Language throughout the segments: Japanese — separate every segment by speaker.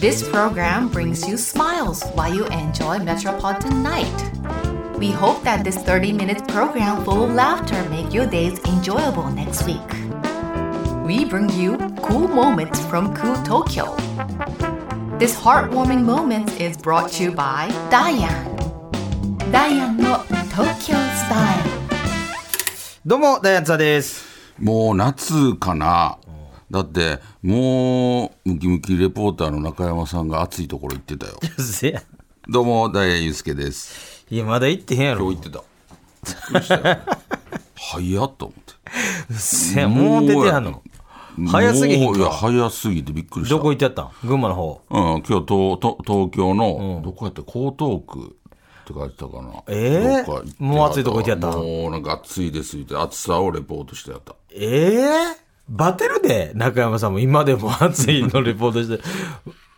Speaker 1: This program brings you smiles while you enjoy Metropolitan Night. We hope that this 30-minute program full of laughter make your days enjoyable next week. We bring you cool moments from cool Tokyo. This heartwarming moment is brought to you by Diane. Diane の Tokyo Style.
Speaker 2: どうも、ダイアンツァです。
Speaker 3: もう夏かな。だって、もう、ムキムキレポーターの中山さんが暑いところ行って たよ。
Speaker 2: せや。
Speaker 3: どうも、ダイヤユースケです。
Speaker 2: いや、まだ行ってへんや
Speaker 3: 今
Speaker 2: ろ。
Speaker 3: 日行ってた。びっくりしたよ早っと思っ
Speaker 2: せや、もう出てはんの。
Speaker 3: て。
Speaker 2: 早すぎひん
Speaker 3: もういや、
Speaker 2: か。
Speaker 3: 早すぎてびっくりした。
Speaker 2: どこ行っちゃったん群馬の方。
Speaker 3: うん、今日東、東東京の、どこやった江東区って書いてたかな。
Speaker 2: えー
Speaker 3: どっか行って
Speaker 2: もう暑いとこ行ってやった
Speaker 3: もうなんか暑いですって、暑さをレポートしてやった。
Speaker 2: ええバテるで、中山さんも今でも暑いのレポートして。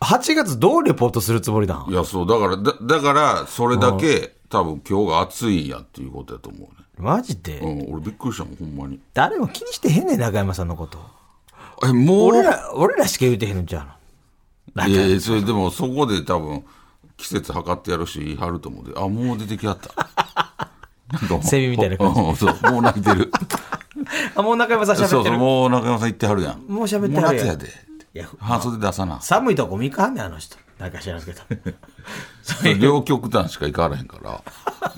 Speaker 2: 8月どうレポートするつもりだん
Speaker 3: いや、そう、だから、だだから、それだけ、多分今日が暑いんやっていうことやと思うね。
Speaker 2: マジで、
Speaker 3: うん、俺びっくりしたもん、ほんまに。
Speaker 2: 誰も気にしてへんねん、中山さんのこと。
Speaker 3: え、もう
Speaker 2: 俺ら、俺らしか言うてへんのちゃうの。
Speaker 3: いやいやそれでもそこで多分、季節測ってやるし、言いはると思うで、あ、もう出てき はった。なんかもう
Speaker 2: セミみたいな感じ
Speaker 3: うんそう、もう泣い てる。
Speaker 2: あ、もう中山さん喋って
Speaker 3: そう
Speaker 2: る。
Speaker 3: そう、もう中山さん言ってはるやん。
Speaker 2: もう喋ってはるやん
Speaker 3: もう夏やで。
Speaker 2: いや
Speaker 3: 半袖出さな。
Speaker 2: 寒いとこ見かんねん、あの人。なんか知らんすけど。
Speaker 3: 両極端しか行かれへんか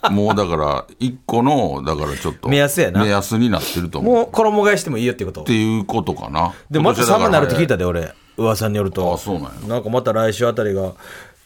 Speaker 3: ら。もうだから、一個の、だからちょっと。
Speaker 2: 目安やな
Speaker 3: 目安になってると思う。
Speaker 2: もう衣替えしてもいいよってこと
Speaker 3: っ。ていうことかな。
Speaker 2: でもまた寒くなるって聞い
Speaker 3: た。
Speaker 2: たで、俺、噂によると。
Speaker 3: あそうなんや
Speaker 2: なんかまた来週あたりが、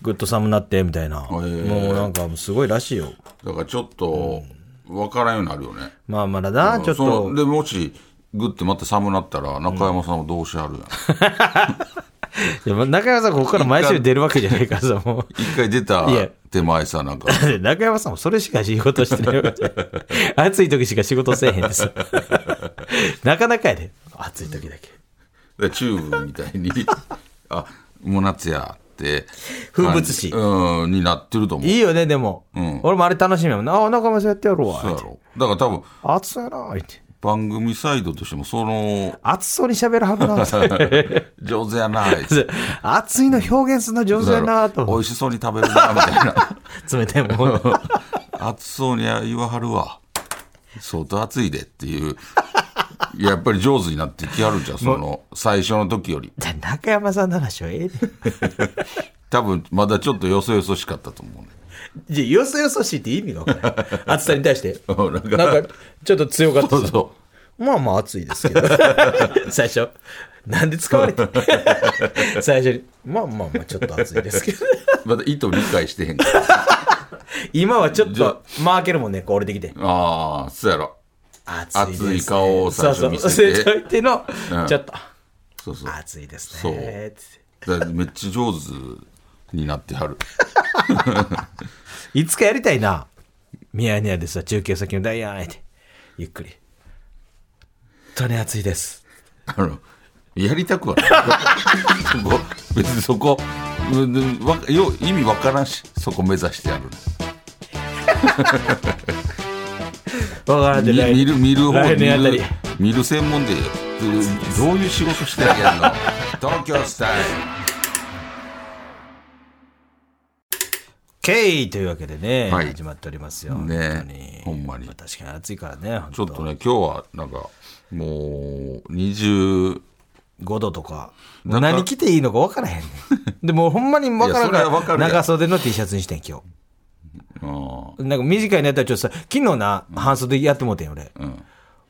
Speaker 2: ぐっと寒なって、みたいな。も
Speaker 3: ー
Speaker 2: うなんか、すごいらしいよ。
Speaker 3: だからちょっと、わからんようになるよね。
Speaker 2: まあまだな、ちょっ
Speaker 3: そ
Speaker 2: と
Speaker 3: の。でもしグッてまた寒なったら中山さんはどうしはるやん、
Speaker 2: いやまあ中山さん、ここから毎週出るわけじゃないからさ、もう。
Speaker 3: 一回出た
Speaker 2: いや
Speaker 3: 手前さなんか
Speaker 2: 中山さんもそれしか仕事してないわけ暑い時しか仕事せえへんですなかなかやで。暑い時だけ。
Speaker 3: チューブみたいに あもう夏やって
Speaker 2: 風物詩
Speaker 3: うんになってると思う
Speaker 2: いいよね、でも。俺もあれ楽しみやもんな。あ、中山さんやってやろう
Speaker 3: そう
Speaker 2: わ
Speaker 3: や。ろだから多分
Speaker 2: 暑いな、言って。
Speaker 3: 番組サイドとしても その
Speaker 2: 暑そうに喋るはずなんですよ
Speaker 3: 上手やなあいつ
Speaker 2: 暑いの表現するの上手やなと
Speaker 3: 美
Speaker 2: 思っ
Speaker 3: 味しそうに食べるなみたいな
Speaker 2: て。冷たいも ん。
Speaker 3: 暑そうに言わはるわ相当暑いでっていうやっぱり上手になってきはるじゃんその最初の時より
Speaker 2: じゃあ中山さんの話はええで。
Speaker 3: 多分まだちょっとよそよそしかったと思うね
Speaker 2: じゃあよそよそしいって意味が分からない。 暑さに対して。
Speaker 3: うんなんか
Speaker 2: なんか、ちょっと強かった
Speaker 3: そう
Speaker 2: さ。
Speaker 3: そ
Speaker 2: まあまあ暑いですけ ど。最初。なんで使われて 最初に。まあまあまあちょっと暑いです けど。
Speaker 3: うまだ意図理解してへんから
Speaker 2: 今はちょっ
Speaker 3: じゃあ
Speaker 2: と、間開けるもんね、こう俺できて。
Speaker 3: ああそうやろ
Speaker 2: 暑いです、ね。
Speaker 3: 熱い顔を最初見せて
Speaker 2: そうそう。教えておいての、
Speaker 3: うん
Speaker 2: ちょっと、
Speaker 3: そうそう
Speaker 2: 暑いです
Speaker 3: そう
Speaker 2: ね。つって
Speaker 3: だからめっちゃ上手になってはる
Speaker 2: いつかやりたいな。ミヤネ屋でさ、中継先のダイヤーンって、ゆっくり。本当に暑いです。
Speaker 3: あのやりたくはない そこ別にそこうんうんわよ意味わからんしそこ目指してやる
Speaker 2: わからんで
Speaker 3: 見
Speaker 2: 来
Speaker 3: 見る見る方
Speaker 2: 来年あた
Speaker 3: 見
Speaker 2: り
Speaker 3: る。見る専門でどういう仕事してあ げるの東京スタイル
Speaker 2: K というわけでね、
Speaker 3: はい
Speaker 2: 始まっておりますよ。
Speaker 3: ねほんまに
Speaker 2: まあ確かに暑いからね、
Speaker 3: ちょ
Speaker 2: 本
Speaker 3: っ
Speaker 2: 当
Speaker 3: とね今日はなんかもう20
Speaker 2: 5度とか。
Speaker 3: なんか
Speaker 2: 何着ていいのか分からへんね ん。でもほんまに分からんか、
Speaker 3: いやそれは分からるやん
Speaker 2: 長袖の T シャツにしてん、今
Speaker 3: あ
Speaker 2: 日。なんか短いのやったらちょっとさ、昨日な、半袖やってもうてん、俺。
Speaker 3: あ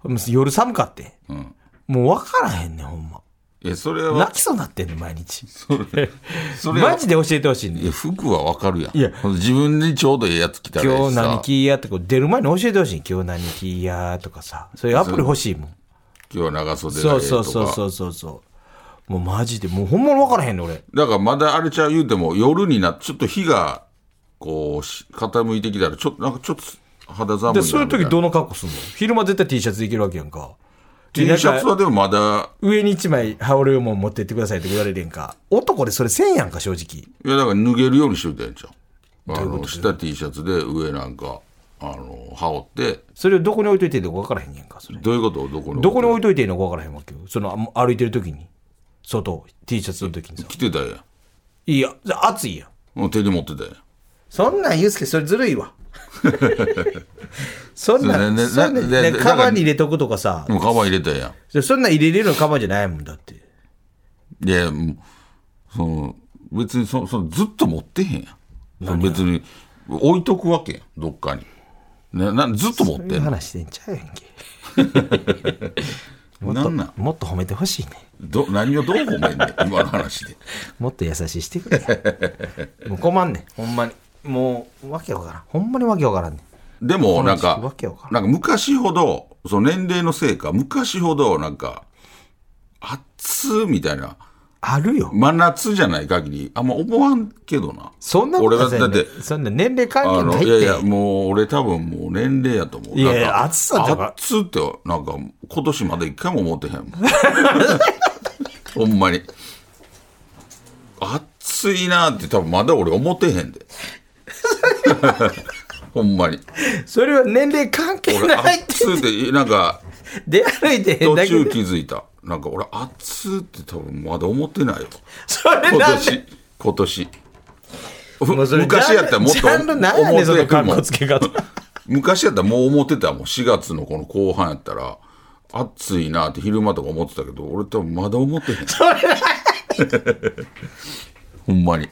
Speaker 3: うん
Speaker 2: もう夜寒かってん。
Speaker 3: うん
Speaker 2: もう分からへんねん、ほんま。
Speaker 3: えそれは
Speaker 2: 泣きそうになってんねん、毎日。
Speaker 3: それは
Speaker 2: マジで教えてほしいねん
Speaker 3: いや服はわかるやん
Speaker 2: いや
Speaker 3: 自分にちょうどええやつ着たらえ
Speaker 2: 今
Speaker 3: え
Speaker 2: 日
Speaker 3: し
Speaker 2: 何
Speaker 3: さ
Speaker 2: 着いやってこう出る前に教えてほしい。今日何着いやとかさ。そういうアプリ欲しいもん。
Speaker 3: 今日長袖がえ
Speaker 2: そ
Speaker 3: え
Speaker 2: う
Speaker 3: と
Speaker 2: そ
Speaker 3: か
Speaker 2: うそうそうそうそう。もうマジで、もうほんまに分からへんねん俺。
Speaker 3: だからまだあれちゃう言うても夜になってちょっと日がこうし傾いてきたらちょっとなんかちょっと肌寒いな
Speaker 2: で、そういう
Speaker 3: みた
Speaker 2: 時
Speaker 3: な
Speaker 2: どの格好すんの昼間絶対 T シャツでいけるわけやんか。
Speaker 3: T シャツはでもまだ
Speaker 2: 上に一枚羽織るもん持ってってくださいって言われるやんか。男でそれせんやんか、正直。
Speaker 3: いやだから脱げるようにしといたらええんちゃうあの下 T シャツで上なんかあの羽織って
Speaker 2: それをどこに置いといていいのか分からへんやんか、それ。
Speaker 3: どういうことどこに
Speaker 2: どこに置いといていいのか分からへんわけよ。そのあ歩いてる時に。外、T シャツの時にさ。
Speaker 3: 着てたらええやん
Speaker 2: いや、熱いやん。
Speaker 3: もう手で持ってたよ。
Speaker 2: そんなん、ゆうすけ、それずるいわ。 そんなん、
Speaker 3: そうねね
Speaker 2: そんなん
Speaker 3: ね
Speaker 2: ね
Speaker 3: ね
Speaker 2: カバンに入れとくとかさ
Speaker 3: で、もカバン入れたや
Speaker 2: そんなん入れれるのカバンじゃないもんだって。
Speaker 3: ん。いや、もうその、別にそ、そのずっと持ってへんやん。その別に、置いとくわけやん、どっかに。な、な、ずっと持っ
Speaker 2: そうい
Speaker 3: て
Speaker 2: うん
Speaker 3: の。
Speaker 2: 話してんちゃうやんけ。
Speaker 3: なんなん
Speaker 2: もっと褒めてほしいね。
Speaker 3: ど、何をどう褒めんねん、今の話で。
Speaker 2: もっと優しいしてくれ。もう困んねん、ほんまに。もう、わけわからん。ほんまにわけわからんねん。
Speaker 3: でも、な
Speaker 2: わ
Speaker 3: んか
Speaker 2: けわから、ん
Speaker 3: なんか昔ほど、その年齢のせいか、昔ほど、なんか、暑みたいな、
Speaker 2: あるよ。
Speaker 3: 真夏じゃない限り、あんま思わんけどな。
Speaker 2: そんな
Speaker 3: 俺は
Speaker 2: せん
Speaker 3: だって、
Speaker 2: そんな年齢関
Speaker 3: あ
Speaker 2: 係
Speaker 3: の
Speaker 2: ないって。
Speaker 3: いやいや、もう俺多分もう年齢やと思う。
Speaker 2: いやいや
Speaker 3: なんか
Speaker 2: 暑さとか
Speaker 3: 暑って、なんか今年まで一回も思ってへんも ん。ほんまに。暑いなって多分まだ俺思ってへ んで。ほんまに。
Speaker 2: それは年齢関 係
Speaker 3: 俺
Speaker 2: ないって。
Speaker 3: 暑って、なんか
Speaker 2: 出歩いてへん
Speaker 3: 途
Speaker 2: だけ
Speaker 3: 中
Speaker 2: で。
Speaker 3: 気づいた。なんか俺暑って多分まだ思ってないよ。
Speaker 2: それ
Speaker 3: 今
Speaker 2: なんで
Speaker 3: 年。今年。
Speaker 2: もうそれ
Speaker 3: 昔やったらもっ
Speaker 2: ジ
Speaker 3: と
Speaker 2: ャンルジャンルなんやねん、その
Speaker 3: 思
Speaker 2: 格
Speaker 3: もん
Speaker 2: 好つけ方。
Speaker 3: 昔やったらもう思ってたもん4月のこの後半やったら暑いなって昼間とか思ってたけど俺多分まだ思ってへん ほんまに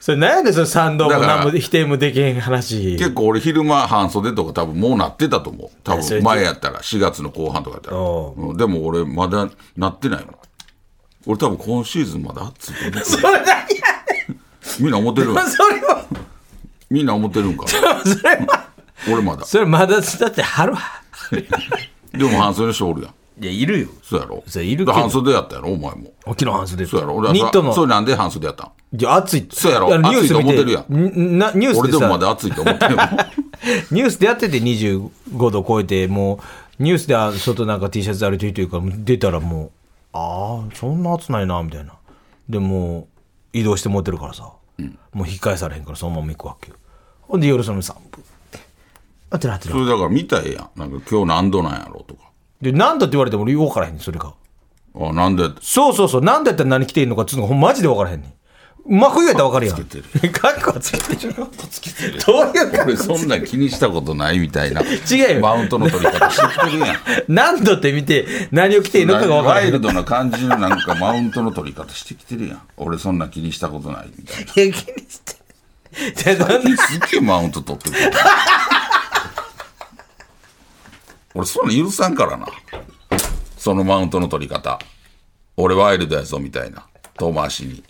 Speaker 2: それなんやねん、その賛同も
Speaker 3: だから
Speaker 2: 何も否定もできへん話。
Speaker 3: 結構俺昼間半袖とか多分もうなってたと思う多
Speaker 2: それ
Speaker 3: 分前やったら4月の後半とかやったら、
Speaker 2: お
Speaker 3: うんでも俺まだなってないもん俺多分今シーズンまだ暑いと思う
Speaker 2: それなんや
Speaker 3: みん な思ってる
Speaker 2: ねん、それは、
Speaker 3: みんな思ってるんかな
Speaker 2: それは、
Speaker 3: 俺まだ
Speaker 2: それまだ、だって春は。
Speaker 3: でも半袖の人おるやん
Speaker 2: いや、いるよ。
Speaker 3: そうやろ
Speaker 2: それいるけど
Speaker 3: 半袖やったやろお前も
Speaker 2: もちろん半袖。
Speaker 3: そうやろ俺は
Speaker 2: ニット
Speaker 3: それ
Speaker 2: の、
Speaker 3: なんで半袖やったん
Speaker 2: いや、暑いって。
Speaker 3: そうやろ
Speaker 2: あのニュース見
Speaker 3: 暑いと思ってるや
Speaker 2: ん。なニュース
Speaker 3: 俺
Speaker 2: で
Speaker 3: でも
Speaker 2: さ
Speaker 3: ま、だ暑いと思ってるもん
Speaker 2: ニュースでやってて25度超えて、もう、ニュースであ外なんか T シャツ歩いてるというから、出たらもう、ああ、そんな暑ないな、みたいな。で、もう、移動して持ってるからさ、もう引き返されへんから、そのまま行くわけよ。ほんで、夜その散歩って。あってなって
Speaker 3: そ
Speaker 2: な。
Speaker 3: れだから見たらええやんなんか今日何度なんやろうとか
Speaker 2: で、何度って言われても俺分からへんねん、それが。
Speaker 3: あなんで
Speaker 2: そうそうそう、何度やったら何着てんのかっつうのほんまマジで分からへんねん。真冬やったら分かるやん。
Speaker 3: カッコつ
Speaker 2: けて る。カッコつけてる。どういうカ
Speaker 3: 俺
Speaker 2: ッコ
Speaker 3: そんなん気にしたことないみたいな
Speaker 2: 違うよ
Speaker 3: マウントの取り方知ってるやん
Speaker 2: 何度って見て何を着ていいのかが分から
Speaker 3: ワ
Speaker 2: へん
Speaker 3: イ。ルドな感じのなんかマウントの取り方してきてるやん俺そんなん気にしたことないみたい
Speaker 2: いや気にして。 じゃあどんな
Speaker 3: なすっげえマウント取ってくる俺そんなん許さんからなそのマウントの取り方俺ワイルドやぞみたいな遠回しに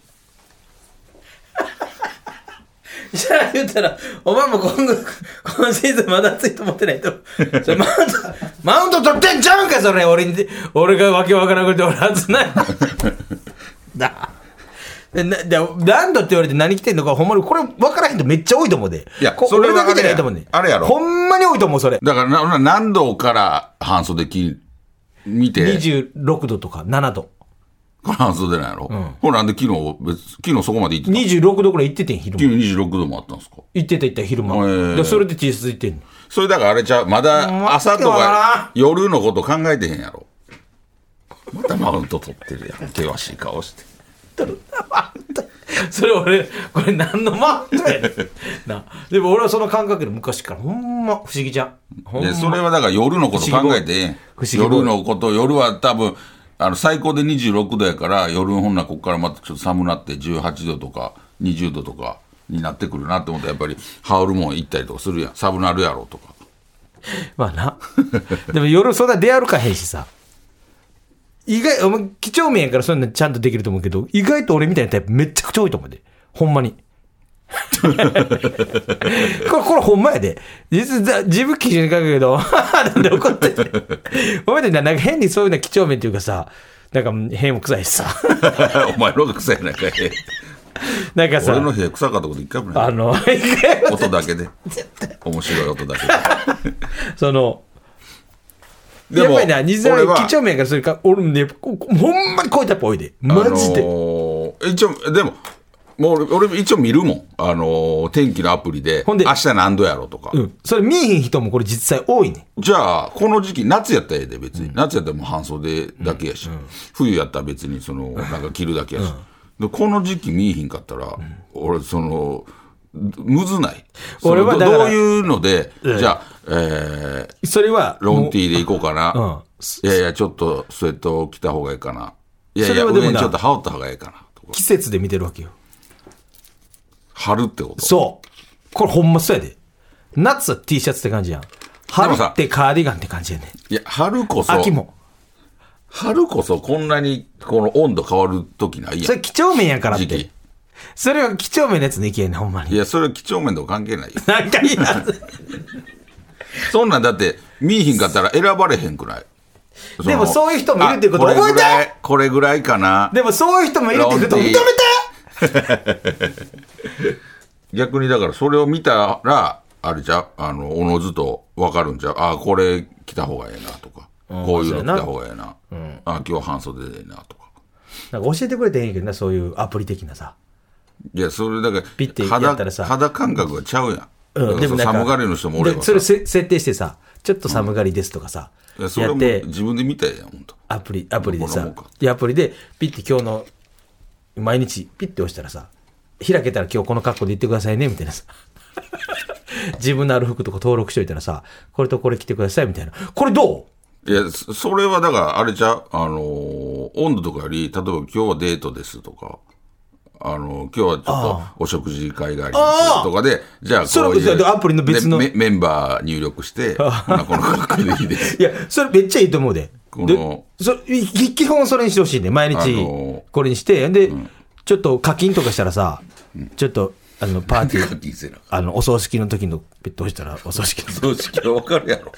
Speaker 2: じゃあ言ったら、お前も今後、今シーズンまだ暑いと思ってないと。それマウント、マウント取ってんちゃうんか、それ。俺に、俺がわけわからなくて俺暑ない。だ。でなで何度って言われて何着てんのか、ほんまにこれ分からへんとめっちゃ多いと思うで。
Speaker 3: いや
Speaker 2: こ
Speaker 3: それ
Speaker 2: 俺
Speaker 3: は
Speaker 2: だけじゃないと思うね。
Speaker 3: あれやろ
Speaker 2: ほんまに多いと思う、それ。
Speaker 3: だからなな何度から半袖着見て
Speaker 2: 26度とか7度。
Speaker 3: 半袖なんやろ、ほらなんで昨日別昨日そこまで行ってた
Speaker 2: 26度くらい行っててん、昼間。
Speaker 3: 昨日26度もあったんですか
Speaker 2: 行ってた行った昼間。
Speaker 3: へー
Speaker 2: でそれで T シャツ行ってんの。
Speaker 3: それだからあれちゃうまだ朝と
Speaker 2: わけわからん
Speaker 3: か夜のこと考えてへんやろまたマウント取ってるやん険しい顔して
Speaker 2: それ俺、これ何のマウントやねん な。でも俺はその感覚で昔から、ほんま不思議じゃん。ほん
Speaker 3: で
Speaker 2: ま。
Speaker 3: それはだから夜のこと考えてえ
Speaker 2: 不思
Speaker 3: え
Speaker 2: 議
Speaker 3: ん
Speaker 2: ボーイ
Speaker 3: 夜のこと夜は多分あの最高で26度やから夜ほんならここからまたちょっと寒なって18度とか20度とかになってくるなって思ったらやっぱり羽織るもん行ったりとかするやん寒なるやろとか
Speaker 2: まあな。でも夜そんな出歩かへんしさ。意外、お前、几帳面やからそんなちゃんとできると思うけど、意外と俺みたいなタイプめっちゃくちゃ多いと思うで。ほんまに。 これ、これほんまやで。実は、自分基準に書くけど、 なんで 怒ってて。お前たちななんか変にそういうの几帳面っていうかさ、なんか、変も臭いしさ。
Speaker 3: お前のが臭いなかい
Speaker 2: なんかさ
Speaker 3: 俺、の部屋臭かったこと一回もな
Speaker 2: あ
Speaker 3: い
Speaker 2: の、
Speaker 3: 音だけで面白い音だけ
Speaker 2: その、
Speaker 3: で
Speaker 2: やっぱりな、西
Speaker 3: 俺
Speaker 2: 沢
Speaker 3: は
Speaker 2: 几帳面やから、それか、俺ね、ここほんまにこういうタイプ多いで。マジ
Speaker 3: あの
Speaker 2: で。
Speaker 3: ー一応でももう俺俺一応見るもん、あのー天気のアプリで
Speaker 2: ほんで
Speaker 3: 明日何度やろとか、
Speaker 2: うん。それ見えへん人もこれ実際多いね。
Speaker 3: じゃあこの時期夏やったらええで別に、夏やったらもう半袖だけやし、冬やったら別にそのなんか着るだけやし、でこの時期見えひんかったら、俺そのむずない
Speaker 2: 俺は
Speaker 3: その
Speaker 2: だから
Speaker 3: どどういうので、
Speaker 2: ええ
Speaker 3: じゃあ、えー
Speaker 2: それは、
Speaker 3: ロンティーで行こうかな、
Speaker 2: う
Speaker 3: いやいやちょっとスウェットを着た方がいいかないやい
Speaker 2: それ
Speaker 3: や
Speaker 2: はでもな
Speaker 3: 上にちょっと羽織った方がいいかなとか
Speaker 2: 季節で見てるわけよ。
Speaker 3: 春ってこと
Speaker 2: そう。これほんまそうやで。夏は T シャツって感じやん。春
Speaker 3: もさ
Speaker 2: ってカーディガンって感じやねん。
Speaker 3: いや春こそ
Speaker 2: 秋も。
Speaker 3: 春こそこんなにこの温度変わる時ないや
Speaker 2: それ
Speaker 3: ん
Speaker 2: 几帳面やからっ
Speaker 3: 時
Speaker 2: て
Speaker 3: 期。
Speaker 2: それは几帳面のやつでいけんねん、ほんま
Speaker 3: い
Speaker 2: に。
Speaker 3: やそれは几帳面とか関係ないよ
Speaker 2: なんかいいな。
Speaker 3: そんなんだって見えひんかったら選ばれへんくないの
Speaker 2: でもそういう人もいるっていうこと
Speaker 3: あれぐら
Speaker 2: 覚え
Speaker 3: いこれぐらいかな
Speaker 2: でもそういう人もいるっていうことを認めて
Speaker 3: ロン逆にだからそれを見たらあれじゃうあのおのずと分かるんじゃうあこれ着た方がええなとか、こういうの着た方がええな、あ今日半袖でええなとか
Speaker 2: なんか教えてくれてへんやけどな、そういうアプリ的なさ。
Speaker 3: いやそれだか
Speaker 2: ピッて
Speaker 3: ら
Speaker 2: やったら
Speaker 3: 肌
Speaker 2: さ
Speaker 3: 肌感覚がちゃうやん,、
Speaker 2: うん、でもなんか。
Speaker 3: 寒がりの人もおれば
Speaker 2: で
Speaker 3: さ
Speaker 2: それせ設定してさ、ちょっと寒がりですとかさ、
Speaker 3: いやそれ
Speaker 2: や
Speaker 3: も
Speaker 2: って、
Speaker 3: 自分で見たやん本当
Speaker 2: アプリ、アプリで
Speaker 3: どんなも
Speaker 2: さ
Speaker 3: んか、
Speaker 2: でアプリで、ピッて今日の、毎日、ピッて押したらさ、開けたら今日この格好で行ってくださいね、みたいなさ。 自分のある服とか登録しといたらさ、これとこれ着てください、みたいな。これど
Speaker 3: いやそそれはだからあれじゃうあのー温度とかより例えば今日はデートですとかあのー今日はちょっとお食事会がありますとかでじゃあ
Speaker 2: それ
Speaker 3: こういう
Speaker 2: 別にアプリの別の
Speaker 3: でメメンバー入力してほなこの格好でいいです
Speaker 2: ういや、それめっちゃいいと思うで。
Speaker 3: この
Speaker 2: でそき基本それにしてほしいね。毎
Speaker 3: あ
Speaker 2: 日
Speaker 3: の、
Speaker 2: これにして。で、ちょっと課金とかしたらさ、ちょっと、あの、パーティー、
Speaker 3: 人生な
Speaker 2: あの、お葬式の時の、ピッて押したら、お葬式の
Speaker 3: お葬式はわかるやろ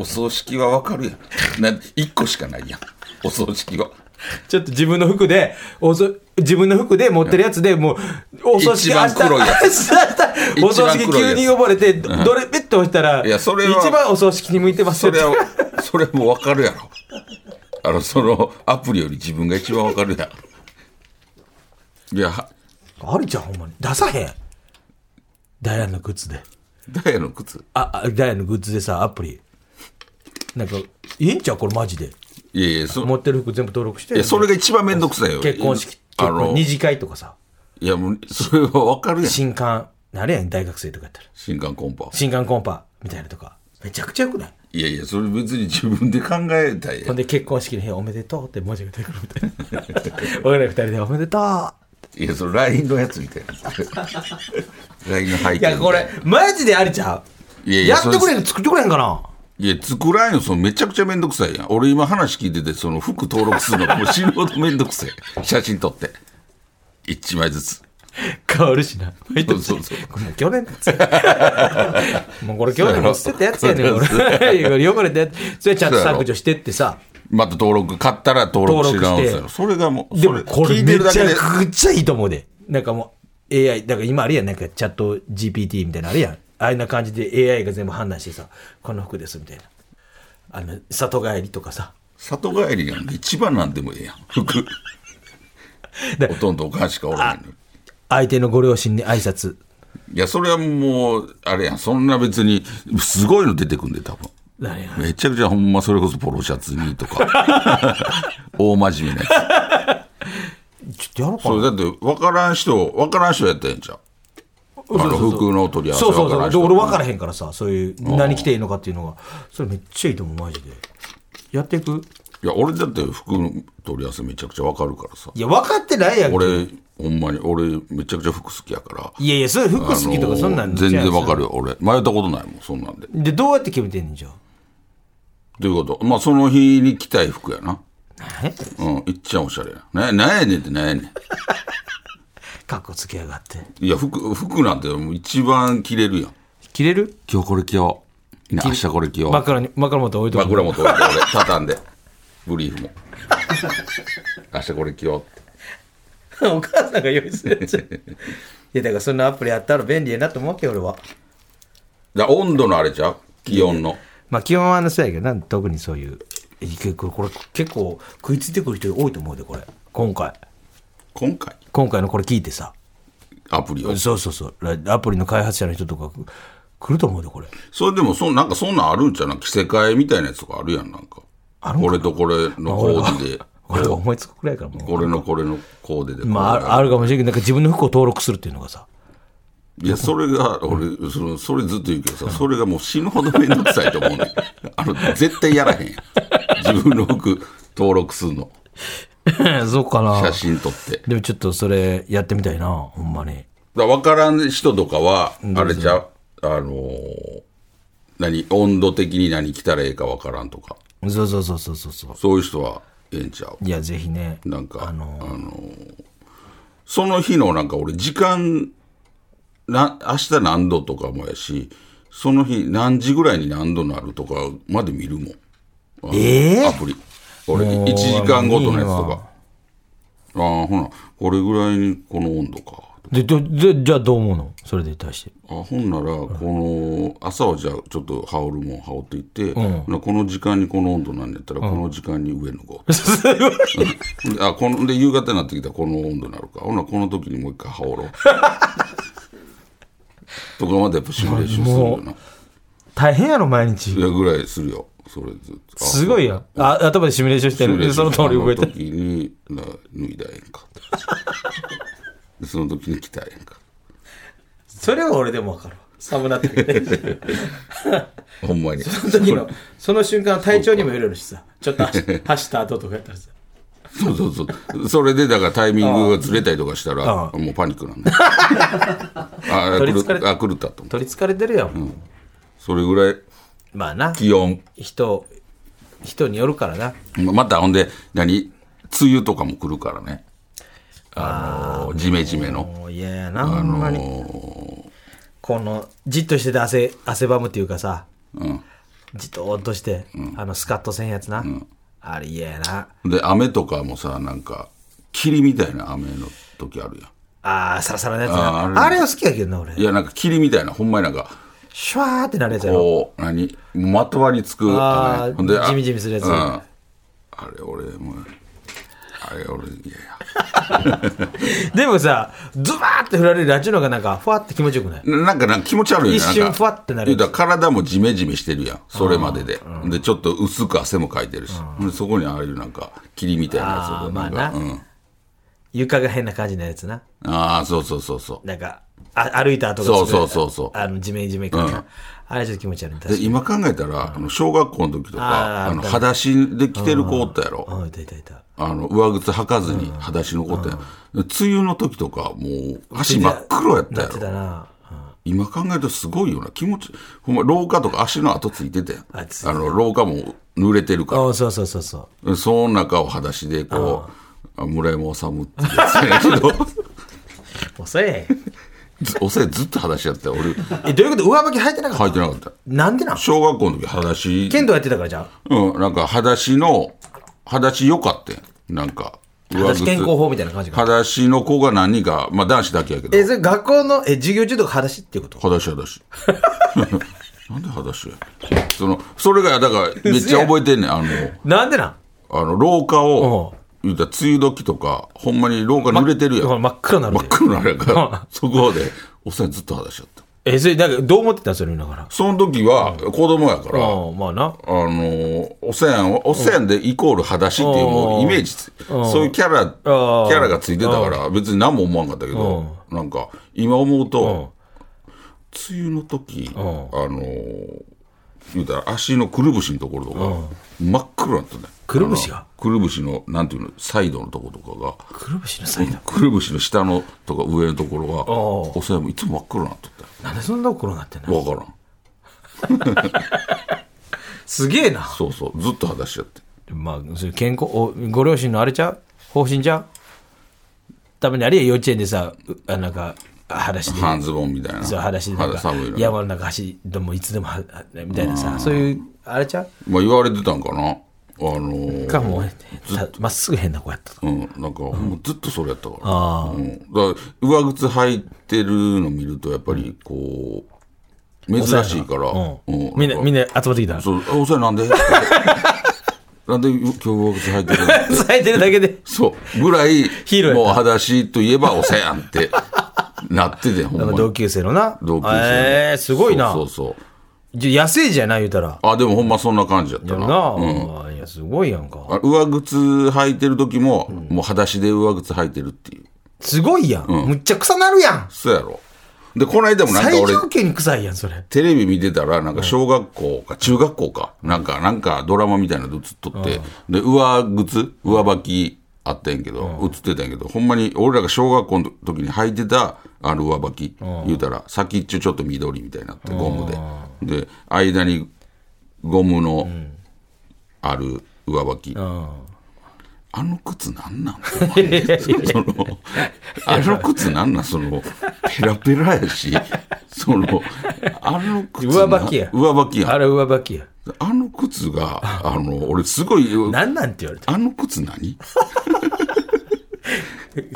Speaker 3: お葬式はわかるやんな一個しかないやんお葬式は
Speaker 2: ちょっと自分の服で、おそ自分の服で持ってるやつで、もう、お葬式、
Speaker 3: 一番黒いやつ
Speaker 2: 明日明日 お葬式
Speaker 3: 一番黒い
Speaker 2: 急
Speaker 3: やつ
Speaker 2: に溺れて、どれ、ペッと押したら、
Speaker 3: いやそれは
Speaker 2: 一番お葬式に向いてます
Speaker 3: そ
Speaker 2: よ
Speaker 3: れはそれもわかるやろあのそのアプリより自分が一番わかるやんいやは
Speaker 2: あるじゃん、ほんまに。出さへん。ダイヤのグッズで。
Speaker 3: ダイヤの靴
Speaker 2: あ、あダイヤのグッズでさ、アプリ。なんか、いいんちゃうこれマジで。
Speaker 3: いやいやそ
Speaker 2: 持ってる服全部登録して。
Speaker 3: いやそれが一番面倒くさいよ
Speaker 2: 結婚式、
Speaker 3: あ
Speaker 2: 結婚
Speaker 3: の
Speaker 2: 二
Speaker 3: い
Speaker 2: 次会とかさ、
Speaker 3: やもうそれはわかるやん
Speaker 2: 新刊、あれやん、大学生とかやったら。
Speaker 3: 新刊コンパ
Speaker 2: 新刊コンパ、みたいなとか。めちゃくちゃよくない
Speaker 3: いやいやそれ別に自分で考えたいや
Speaker 2: ほ
Speaker 3: ん
Speaker 2: んで結婚式の日おめでとうって文字が出てくるみたいな。俺ら二人でおめでとう
Speaker 3: いやそれ LINE のやつみたいな LINE の背景み
Speaker 2: い
Speaker 3: たい
Speaker 2: や、
Speaker 3: な
Speaker 2: これ、マジでありちゃう
Speaker 3: いやい
Speaker 2: や
Speaker 3: や
Speaker 2: ってくれん、作ってくれんかない
Speaker 3: や、作らんよ、そのめちゃくちゃめんどくさいやん。俺今話聞いてて、その服登録するの がもう死ぬほどめんどくさい。写真撮って。一枚ずつ。
Speaker 2: 変わるしな。毎年
Speaker 3: そうそう
Speaker 2: これもう去年のや つもうこれ去年の捨てたやつやねん、
Speaker 3: そうそう
Speaker 2: 俺。これ汚れたやつ。それちゃんと削除してってさ。
Speaker 3: また登録、買ったら登録して直すや
Speaker 2: 登録
Speaker 3: ろ。
Speaker 2: し
Speaker 3: それがもう、
Speaker 2: で
Speaker 3: そ
Speaker 2: もこれ
Speaker 3: 聞い
Speaker 2: め
Speaker 3: て
Speaker 2: ち
Speaker 3: る
Speaker 2: ゃ
Speaker 3: だけ
Speaker 2: く
Speaker 3: で。
Speaker 2: ちゃいいと思うで。なんかもう AI、だから今あれやん、なんかチャット GPT みたいなのあれやん。ああいうな感じで AI が全部判断してさ、この服ですみたいな。あの、里帰りとかさ。
Speaker 3: 里帰りなんで一番なんでもええやん。服。
Speaker 2: で
Speaker 3: ほとんどおかんしかおらへんのに。
Speaker 2: 相手のご両親に挨拶
Speaker 3: いや、それはもう、あれやん。そんな別に、すごいの出てくんで、多分。
Speaker 2: 何や
Speaker 3: めちゃくちゃほんまそれこそポロシャツにとか。 大真面目なやつ。
Speaker 2: ちょっとやろうか
Speaker 3: それだって分からん人分からん人やったんじゃん
Speaker 2: な
Speaker 3: あの服の取り合わせ
Speaker 2: そうそう
Speaker 3: 分か
Speaker 2: そ
Speaker 3: ら
Speaker 2: うんで
Speaker 3: 人
Speaker 2: 俺分からへんからさそういう何着ていいのかっていうのがそれめっちゃいいと思うマジでやっていく
Speaker 3: いや俺だって服の取り合わせめちゃくちゃ分かるからさ
Speaker 2: いや分かってないやんけ
Speaker 3: 俺ほんまに俺めちゃくちゃ服好きやから
Speaker 2: いやいやそれ服好きとかそんな
Speaker 3: あ
Speaker 2: ん
Speaker 3: の全然分か
Speaker 2: る
Speaker 3: るよ俺迷ったことないもんそんなんで
Speaker 2: でどうやって決めてんねんじゃあ
Speaker 3: ということまあその日に着たい服やな
Speaker 2: 何や
Speaker 3: うんいっちゃんおしゃれやななんやねんってなんやね
Speaker 2: かっこつけやがって
Speaker 3: んいや服服なんてもう一番着れるやん
Speaker 2: 着れる
Speaker 3: 今日これ着ような明日これ着よう
Speaker 2: 枕に枕元置いとく
Speaker 3: 枕元置いて俺畳んでブリーフも 明日これ着ようって
Speaker 2: お母さんが用意するやつ いやだからそんなアプリやったら便利やなと思うわけよ俺は
Speaker 3: だから温度のあれちゃう気温の。
Speaker 2: まあ基本はあのそうやけどな特にそういう結構これ結構食いついてくる人多いと思うでこれ今回
Speaker 3: 今回、
Speaker 2: 今回のこれ聞いてさ
Speaker 3: アプリを。
Speaker 2: そうそうそうラアプリの開発者の人とか来ると思うでこれ
Speaker 3: それでもそ、なんかそんなんあるんちゃうな着せ替えみたいなやつとかあるやん、なんか。これとこれのコーデで
Speaker 2: これ思いつくくらいからもう。
Speaker 3: 俺のこれのコーデでこれ
Speaker 2: ま
Speaker 3: が。
Speaker 2: あある、あるかもしれんけど、なんか自分の服を登録するっていうのがさ。
Speaker 3: いや、それが、俺、その、それずっと言うけどさ、それがもう死ぬほど面倒くさいと思うね ん。あの、絶対やらへんやん。自分の服登録するの。
Speaker 2: そうかな
Speaker 3: 写。真撮って。
Speaker 2: でもちょっとそれやってみたいな、ほんまに。
Speaker 3: だ分からん人とかは、あれじゃう、あのー何、温度的に何着たらええか分からんとか、
Speaker 2: そうそうそうそうそうそう。
Speaker 3: そういう人はええんちゃう。
Speaker 2: いや、ぜひね。
Speaker 3: なんか、
Speaker 2: あ
Speaker 3: あの
Speaker 2: の
Speaker 3: ーその日のなんか俺、時間、な、明日何度とかもやし、その日何時ぐらいに何度なるとかまで見るもん。あの
Speaker 2: えー
Speaker 3: アプリ。俺、
Speaker 2: もう
Speaker 3: 1時間ごとの
Speaker 2: い
Speaker 3: やつと
Speaker 2: い
Speaker 3: か
Speaker 2: わ。
Speaker 3: ああ、ほな、これぐらいにこの温度か。
Speaker 2: で、どでじゃあどう思うのそれで対して。
Speaker 3: あほんならこの朝はじゃあちょっと羽織るもん羽織っていって、ほなこの時間にこの温度なんやったらこの時間に上脱ごう、うんであこので夕方になってきたらこの温度になるかほなこの時にもう一回羽織 ろうとかまでやっぱシミュレーションするよな
Speaker 2: 大変やろ、毎日
Speaker 3: い。やぐらいするよそれずっとあ
Speaker 2: すごいやん。あ、頭でシミュレーションして
Speaker 3: シミ
Speaker 2: る。
Speaker 3: ュレー
Speaker 2: で、
Speaker 3: ショ
Speaker 2: その
Speaker 3: ン
Speaker 2: 通り動い
Speaker 3: あ
Speaker 2: て
Speaker 3: の。時にな脱いだらええんか でその時に着たらええんか
Speaker 2: それは俺でもわかるわ。寒なってきて。
Speaker 3: ほんまに
Speaker 2: その時の、その瞬間、体調にもよるしさ、ちょっと走走った後とかやったらさ、
Speaker 3: そうそうそう。それで、だからタイミングがずれたりとかしたら、
Speaker 2: あ
Speaker 3: もうパニック なんだ。あ、あ
Speaker 2: 取り
Speaker 3: 狂
Speaker 2: 憑かれ
Speaker 3: ったあ狂ったと思う。
Speaker 2: 取りつかれてるやん。
Speaker 3: それぐらい
Speaker 2: まあな、
Speaker 3: 気温。
Speaker 2: 人、人によるからな。
Speaker 3: また、ほんで、何梅雨とかも来るからね。あのー、ジメジメの。
Speaker 2: もう嫌やな、ほんまに。この、じっとしてて汗、汗ばむっていうかさ、
Speaker 3: うん。
Speaker 2: じっとーっとして、あの、スカッとせんやつな。あれ嫌やな。
Speaker 3: で、雨とかもさ、なんか、霧みたいな雨の時あるやん。
Speaker 2: ああ、サラサラのやつ
Speaker 3: あーあれ
Speaker 2: な。あれは好きやけどな、俺
Speaker 3: い。や、なんか霧みたいな、ほんまになんか、
Speaker 2: シュワーってなるやつやろ。
Speaker 3: こう、何まとわりつく。
Speaker 2: あー
Speaker 3: 雨ほんで、あ
Speaker 2: ジメジメするやつ
Speaker 3: うんあれ、俺、もう、あれ、俺、いやいや。
Speaker 2: でもさ、ズバーって振られるラジオの方がなんか、ふわって気持ちよくない
Speaker 3: ななんかなんか気持ち悪いよ
Speaker 2: 一瞬
Speaker 3: なんか
Speaker 2: ふわってなるやつ
Speaker 3: だから体もジメジメしてるやんそれまでで、でちょっと薄く汗もかいてるし、でそこにああいうなんか霧みたいなやつ
Speaker 2: あー
Speaker 3: とかんか
Speaker 2: まあな
Speaker 3: うん、
Speaker 2: 床が変な感じのやつな。
Speaker 3: ああそうそうそうそ
Speaker 2: なんか、あ歩いた後が
Speaker 3: そうそうそうそう
Speaker 2: あの、じめじめ感が、
Speaker 3: うん
Speaker 2: あれちょっと気持ち悪い。確
Speaker 3: う
Speaker 2: か
Speaker 3: で
Speaker 2: に。
Speaker 3: 今考えたら、あの小学校の時とか
Speaker 2: あー
Speaker 3: あの裸足で着てる子おったやろ、
Speaker 2: うん、いたいたいた。
Speaker 3: あの上靴履かずに裸足の子おったやろ、で梅雨の時とかもう足真っ黒やった
Speaker 2: なっ
Speaker 3: や
Speaker 2: て
Speaker 3: ろ
Speaker 2: たな。うん
Speaker 3: 今考えるとすごいよな気持ちほんま廊下とか足の跡ついてたやん
Speaker 2: あついて
Speaker 3: あの廊下も濡れてるから
Speaker 2: あそうそうそうそう。
Speaker 3: その中を裸足でこう、村山治ってやつや けど、
Speaker 2: 遅い。え、
Speaker 3: ずお世話ずっと裸足やってたよ俺、履
Speaker 2: どういうこと上履き履いてなかった、
Speaker 3: いてなかった。
Speaker 2: なんでなん
Speaker 3: 小学校の時裸足、
Speaker 2: 剣道やってたからじゃん。
Speaker 3: うん、なんか裸足の、裸足良かったよなんか、上
Speaker 2: 私
Speaker 3: 靴
Speaker 2: 健康法みたいな感じか。
Speaker 3: 裸足の子が何人か、まあ男子だけやけど
Speaker 2: え、、それ学校の、え、授業中とか裸足っていうこと
Speaker 3: 裸足裸足。 なんで裸足やその、それが、だから、めっちゃ覚えてんねん、あの、
Speaker 2: なんでなん
Speaker 3: あの、廊下を
Speaker 2: う、
Speaker 3: 言うたら梅雨時とか、ほんまに廊下濡れてるやん
Speaker 2: ほ。ら真っ黒になる
Speaker 3: 真っ
Speaker 2: で。
Speaker 3: 黒なるや んか。そこで、おっさんずっと話しちゃった。
Speaker 2: え、それ、なんかどう思ってたそれ見ながら。
Speaker 3: その時は、子供やから、あ
Speaker 2: うん、まあな。
Speaker 3: のー、おっさん、おっさんでイコール裸足っていうもうイメージつ、そういうキャラ、キャラがついてたから、別に何も思わんかったけど、なんか、今思うと、梅雨の時、あのー、言うたら足のくるぶしのところとか、真っ黒だったね。
Speaker 2: くるぶしが
Speaker 3: あのくるぶしの、なんていうの、サイドのところとかが、
Speaker 2: くるぶしのサイド。
Speaker 3: くるぶしの下のとか上のところは
Speaker 2: おう
Speaker 3: おさやもいつも真っ黒になっとったよ
Speaker 2: なんでそんな黒になってんの
Speaker 3: わからん
Speaker 2: すげえな。
Speaker 3: そうそうずっと裸足やって
Speaker 2: まあ、それ健康お、ご両親のあれちゃう方針ちゃうたまにあれや幼稚園でさ、うあなんか、裸足で、
Speaker 3: 半ズボンみたいな
Speaker 2: そう裸足でなん
Speaker 3: 肌
Speaker 2: か
Speaker 3: 寒いの、
Speaker 2: 山の中走り、でもいつでもは、はみたいなさ、そういう、あれちゃう
Speaker 3: まあ言われてたんかなあのー
Speaker 2: かも、たまっすぐ変な子やったとか。
Speaker 3: うん、なんか、もうずっとそれやったから。うん、だから、上靴履いてるの見ると、やっぱり、こう、珍しいから、
Speaker 2: うんみんな、みん
Speaker 3: なか、
Speaker 2: な集まってきた。
Speaker 3: そう、あおさやなんで なんで今日上靴履いてる の
Speaker 2: 咲いてるだけで。
Speaker 3: そう、ぐらい、
Speaker 2: ヒーローやった
Speaker 3: もう裸足といえばおさやんって、なってて、ほんま
Speaker 2: なん
Speaker 3: に
Speaker 2: か同級生のな。
Speaker 3: 同級生の
Speaker 2: えー、すごいな。
Speaker 3: そうそうそう
Speaker 2: じゃ野生児やな、言うたら。
Speaker 3: あでもほんまそんな感じやった
Speaker 2: やる
Speaker 3: な
Speaker 2: な。
Speaker 3: うん
Speaker 2: おいやすごいやんか
Speaker 3: あ上靴履いてる時も、もう裸足で上靴履いてるっていう
Speaker 2: すごいやん、むっちゃ臭なるやん
Speaker 3: そうやろでこの間もなんか
Speaker 2: 最
Speaker 3: 俺
Speaker 2: 上級に臭いやんそれ
Speaker 3: テレビ見てたら、なんか小学校か、中学校か、なんか、なんかドラマみたいなの映っとって、で、上靴、上履きあったんやけど、映ってたんやけど、ほんまに俺らが小学校の時に履いてた、あの上履き、言うたら、先っちょちょっと緑みたいになって、ゴムで。で、間にゴムのある上履き。あの靴なんなんそのあの靴なんなんその、ペラペラやし、その、あの靴な。
Speaker 2: 上履きや
Speaker 3: 上履きや
Speaker 2: あ。れ上履きや
Speaker 3: あの靴が、あの、俺すごい、
Speaker 2: なんなんて言われた
Speaker 3: あの靴何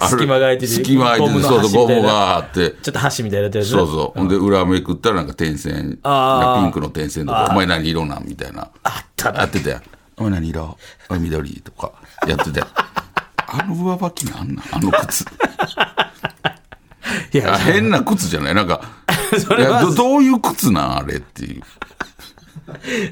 Speaker 2: 隙間が空いてて
Speaker 3: 隙間空いてて、そうそ
Speaker 2: ゴ
Speaker 3: う、ゴ
Speaker 2: ムの端みたいな
Speaker 3: ムがあって。
Speaker 2: ちょっと箸みたいなやつやつ
Speaker 3: そうそう。ほんで、裏目くったらなんか点線、
Speaker 2: あー
Speaker 3: ピンクの点線とか、お前何色なんみたいな。
Speaker 2: あった
Speaker 3: や
Speaker 2: な
Speaker 3: ってたやん。お前何色お前緑とか、やって たやん。あの上履きなんなんあの靴。
Speaker 2: い
Speaker 3: いや
Speaker 2: や
Speaker 3: 変な靴じゃないなんか
Speaker 2: それはい
Speaker 3: やどどういう靴なんあれっていう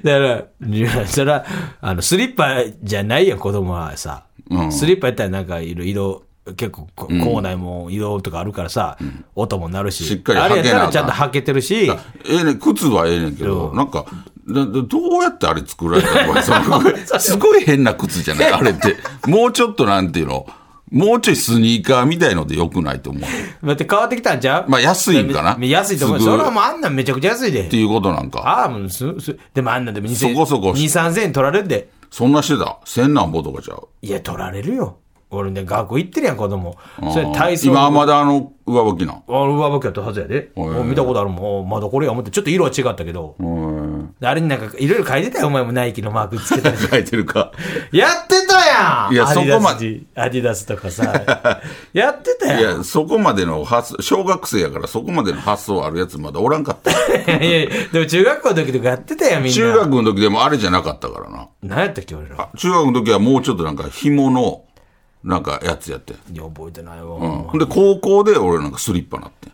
Speaker 2: だからいやそれはあのスリッパじゃないやん子供はさ、
Speaker 3: うん
Speaker 2: スリッパやったらなんかいろいろ結構こ校内も移動とかあるからさ、音も鳴るし
Speaker 3: しっかり
Speaker 2: あれやったら
Speaker 3: 履
Speaker 2: ち
Speaker 3: けな
Speaker 2: ゃん
Speaker 3: あか
Speaker 2: と
Speaker 3: ん
Speaker 2: 履けてるし
Speaker 3: ええね靴はええねんけどなんかだだどうやってあれ作られたの かそのすごい変な靴じゃないあれってもうちょっとなんていうのもうちょいスニーカーみたいのでよくないと思う
Speaker 2: だって変わってきたんちゃう
Speaker 3: まあ安いんかな
Speaker 2: 安いと思う
Speaker 3: す
Speaker 2: そ
Speaker 3: ぐ
Speaker 2: れはもうあんなんめちゃくちゃ安いで
Speaker 3: っていうことなんか
Speaker 2: ああもうすすでもあんなんでも2 0
Speaker 3: そこそこ
Speaker 2: 2 3千円取られるで
Speaker 3: そんなしてた千何ぼとかちゃう
Speaker 2: いや取られるよ俺ね学校行ってるやん子供それ
Speaker 3: うん
Speaker 2: 体操
Speaker 3: 今はまだあの上履きなん
Speaker 2: あの上履きやったはずやで。もう見たことあるもん。まだこれや思って。ちょっと色は違ったけど。 であれになんかいろいろ書いてたよ。お前もナイキのマークつけたり。
Speaker 3: 書いてるか
Speaker 2: やってたやん
Speaker 3: いや
Speaker 2: アディダス
Speaker 3: そこまで
Speaker 2: アディダスとか さ。やってた
Speaker 3: い
Speaker 2: やん。
Speaker 3: やそこまでの発想小学生やからそこまでの発想あるやつまだおらんかっ た
Speaker 2: いやいや、でも中学校の時とかやってたやん、みんな。
Speaker 3: 中学の時でもあれじゃなかったからな。
Speaker 2: 何やったっけ、俺ら。
Speaker 3: 中学の時はもうちょっとなんか紐の、なんかやつやって。
Speaker 2: いや、覚えてないわ。
Speaker 3: うん。で、高校で俺なんかスリッパなって。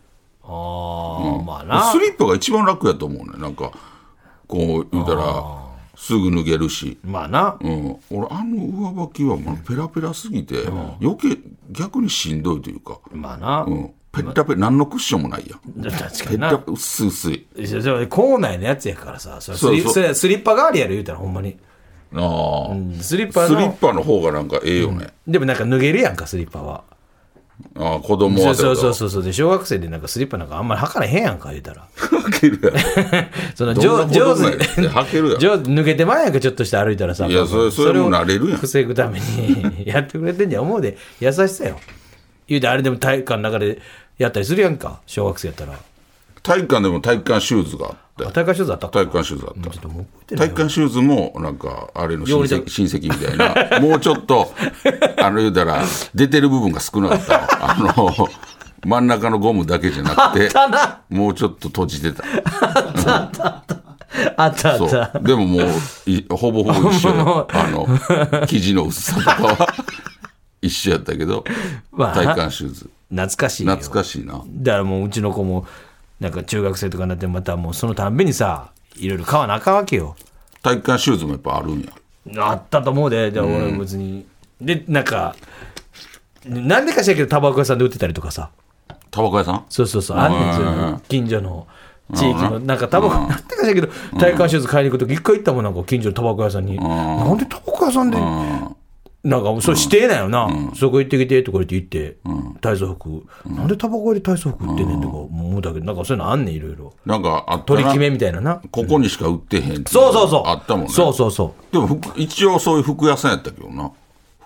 Speaker 2: ああ、まあな
Speaker 3: ス。リッパが一番楽やと思うね。なんか、こう言うたら、すぐ脱げるし。
Speaker 2: まあな。
Speaker 3: うん、俺あの上履きはもうペラペラすぎて、余計逆にしんどいというか、
Speaker 2: まあな
Speaker 3: う。ん、ペラペラ何のクッションもないやん
Speaker 2: 確か
Speaker 3: ペ
Speaker 2: に
Speaker 3: ラ
Speaker 2: な。
Speaker 3: ペラ薄い薄い
Speaker 2: いやそれ校内のやつやからさ。それスリ
Speaker 3: そうそう
Speaker 2: それスリッパ代わりやろ、言うたら、ほんまに。
Speaker 3: ああ、
Speaker 2: スリッパ
Speaker 3: スリッ
Speaker 2: の。
Speaker 3: パの方がなんかええよね、
Speaker 2: でもなんか脱げるやんか、スリッパは。
Speaker 3: ああ子供
Speaker 2: そ
Speaker 3: は
Speaker 2: う
Speaker 3: って
Speaker 2: そ
Speaker 3: こ
Speaker 2: う
Speaker 3: と
Speaker 2: そうそうそうで小学生でなんかスリッパなんかあんまり履かれへんやんか言うたら
Speaker 3: かけるやろ
Speaker 2: その
Speaker 3: ど
Speaker 2: 上
Speaker 3: んな子
Speaker 2: 上手
Speaker 3: 供や
Speaker 2: に
Speaker 3: ねん履けるやん
Speaker 2: 上手抜けてまうやんかちょっとして歩いたらさ
Speaker 3: いやそれそれも
Speaker 2: を
Speaker 3: 慣れるやん
Speaker 2: 防ぐためにやってくれてんじゃん思うで優しさよ言うてあれでも体育館の中でやったりするやんか小学生やったら
Speaker 3: 体育館でも体育館シューズがあって
Speaker 2: あ大会シューズあったか
Speaker 3: 体育館シューズあった
Speaker 2: ちょっともう覚えてない
Speaker 3: 体育館シューズもなんかあれの親
Speaker 2: 汚れて
Speaker 3: 戚
Speaker 2: る
Speaker 3: 親戚みたいな もうちょっとあの言うたら出てる部分が少なかったあ の真ん中のゴムだけじゃなくて
Speaker 2: あったな
Speaker 3: もうちょっと閉じてた
Speaker 2: あったあ
Speaker 3: そ
Speaker 2: った
Speaker 3: うでももういほぼほぼ一緒よあの生地の薄さとかは 一緒やったけど
Speaker 2: まあ
Speaker 3: 体育館シューズ
Speaker 2: 懐かしいよ
Speaker 3: 懐かしいな
Speaker 2: だからもううちの子もなんか中学生とかになってまたもうそのたんびにさいろいろ買わなあかんわけよ
Speaker 3: 体育館シューズもやっぱあるんや
Speaker 2: あったと思うで、で俺別に。で、なんか、なんでかしらんけど、タバコ屋さんで売ってたりとかさ。
Speaker 3: タバコ屋さん
Speaker 2: そうそうそう、あんねんそういうの、近所の。地域のなんかタバコ、なんでかしらんけど、体幹シューズ買いに行くとき、一回行ったもん、なんか近所のタバコ屋さんに、なんでタバコ屋さんで、なんか、それ指定なんよな、そこ行ってきてとか言って行って、体操服、なんでタバコ屋で体操服売ってんねんとか思うだけど、なんかそういうのあんねん、いろいろ。
Speaker 3: なんかあったな
Speaker 2: 取り決めみたいなな。
Speaker 3: ここにしか売ってへんっていのが
Speaker 2: そうそうそう。
Speaker 3: あったもんね
Speaker 2: そうそうそう。
Speaker 3: でも服一応そういう服屋さんやったけどな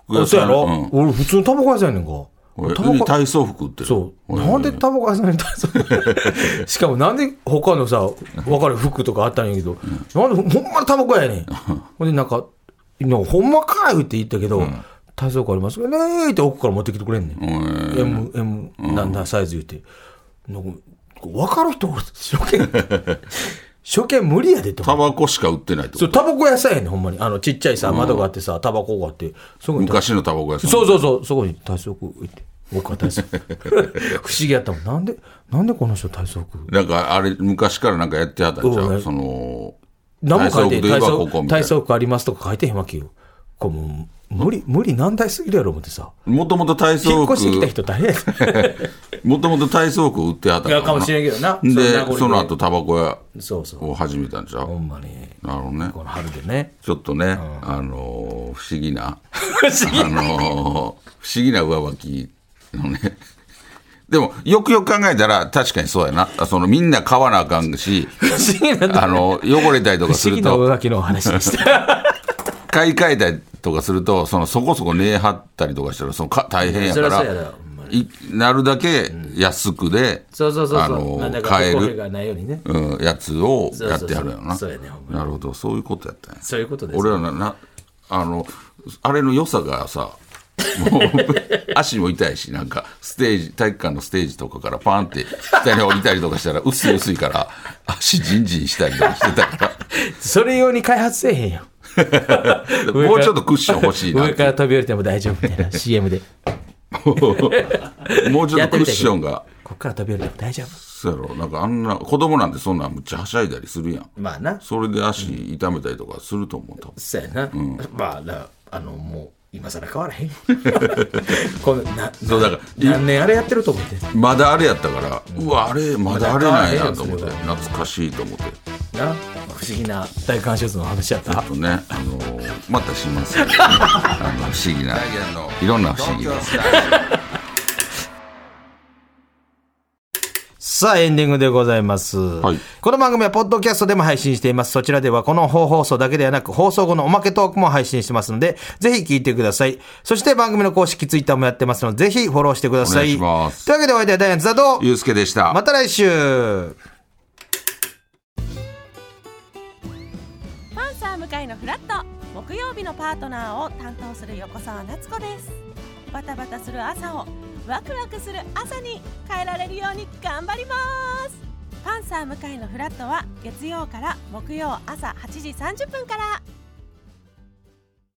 Speaker 3: 服
Speaker 2: そうやろ、
Speaker 3: うん
Speaker 2: 俺普通のタバコ屋さんやねんか。
Speaker 3: 俺
Speaker 2: タバコ
Speaker 3: 体操服売ってる
Speaker 2: そう。なんでタバコ屋さんに対する しかもなんで他のさ、分かる服とかあったんやけど、なんでほんまにタバコやねん。ほんでなんか、なんかほんまかいって言ったけど、体操服ありますかねーって奥から持ってきてくれんねん。M、M、なんだサイズ言って。なんか分かる人、初 見、初見無理やでと思
Speaker 3: タ
Speaker 2: う。
Speaker 3: バコしか売ってないって
Speaker 2: そ
Speaker 3: こ
Speaker 2: う、
Speaker 3: と
Speaker 2: タバコ屋さんやねん、ほんまに。あの、ちっちゃいさ、窓があってさ、タバコがあって、そこに
Speaker 3: 昔のタバコ屋さん
Speaker 2: そうそうそう、そこに体操服置いて、僕は体操 服。不思議やったもん。なんで、なんでこの人体操服
Speaker 3: なんかあれ昔からなんかやってはったんちゃ
Speaker 2: うん
Speaker 3: うその
Speaker 2: 何も書いてへん
Speaker 3: 体
Speaker 2: 体
Speaker 3: 操服といえば
Speaker 2: 操
Speaker 3: ここみたいな
Speaker 2: 体操服ありますとか書いてへんわけよ。構もう、無理、無理難題すぎるやろ思ってさ。
Speaker 3: もともと体
Speaker 2: 引
Speaker 3: 操
Speaker 2: っ
Speaker 3: 服
Speaker 2: 越してきた人大変やで
Speaker 3: もともと体操服売っては った
Speaker 2: いやかもしれんけどなその名残
Speaker 3: で
Speaker 2: で
Speaker 3: その後タバコ屋
Speaker 2: そうそう。
Speaker 3: を始めたんちゃう
Speaker 2: ほんまに、
Speaker 3: なるほどね
Speaker 2: この春でね。
Speaker 3: ちょっとね、あのー不思議な、
Speaker 2: 不思議
Speaker 3: あのー不思議な上履きのね。でも、よくよく考えたら、確かにそうやな。その、みんな買わなあか んし、
Speaker 2: 不思議な、
Speaker 3: あの、汚れたりとか
Speaker 2: 不
Speaker 3: す
Speaker 2: 思
Speaker 3: る
Speaker 2: 議な
Speaker 3: と、
Speaker 2: 上書きのお話で した。
Speaker 3: 買い替えたりとかすると、その、そこそこ値張ったりとかしたら、その、か大変やか
Speaker 2: そりゃ
Speaker 3: ら
Speaker 2: そうやなほんま、
Speaker 3: いなるだけ安くで、
Speaker 2: そうそうそうそう。
Speaker 3: あのー
Speaker 2: まだから
Speaker 3: 買え
Speaker 2: お声
Speaker 3: る、
Speaker 2: がないようにね。
Speaker 3: うん、やつを
Speaker 2: そうそうそう
Speaker 3: やってはるやろな。
Speaker 2: そうやねほんまに
Speaker 3: なるほど、そういうことやったんや。
Speaker 2: そういうことです。
Speaker 3: 俺らななあのあれの良さがさもう 足も痛いしなんかステージ体育館のステージとかからパンって下に降りたりとかしたら薄い薄いから足ジンジンしたりとかしてたから
Speaker 2: それ用に開発せえへんよ。ら
Speaker 3: もうちょっとクッション欲しいなっ
Speaker 2: 上
Speaker 3: て
Speaker 2: から飛び降りても大丈夫みたい な CM で。
Speaker 3: もうちょっとクッションが
Speaker 2: こっから飛び降りても大丈夫。
Speaker 3: そうやろなんかあんな子供なんてそんなんむっちゃはしゃいだりするやん
Speaker 2: まあな。
Speaker 3: それで足痛めたりとかすると思うと
Speaker 2: そうやな。まあな、あの、もう、今更変わ らへん。このな
Speaker 3: そうだから
Speaker 2: 何年あれやってると思って。
Speaker 3: まだあれやったからうわあれまだあれなんやと思って
Speaker 2: まだ
Speaker 3: 懐かしいと思って。
Speaker 2: な。不思議な大観賞図の話やっ
Speaker 3: ちょ
Speaker 2: た
Speaker 3: っ。とね、あのまたします、ね、あの不思議な、いろんな不思議な。
Speaker 2: さあ、エンディングでございます。
Speaker 3: い
Speaker 2: この番組は、ポッドキャストでも配信しています。そちらでは、この本放送だけではなく、放送後のおまけトークも配信してますので、ぜひ聞いてください。そして、番組の公式ツイッターもやってますので、ぜひフォローしてください。
Speaker 3: お願いします
Speaker 2: というわけで、お相手はダイアンツだと、
Speaker 3: ゆうすけでした。
Speaker 2: また来週
Speaker 4: パンサー向かいのフラット木曜日のパートナーを担当する横澤夏子ですバタバタする朝をワクワクする朝に変えられるように頑張りますパンサー向かいのフラットは月曜から木曜朝8時30分から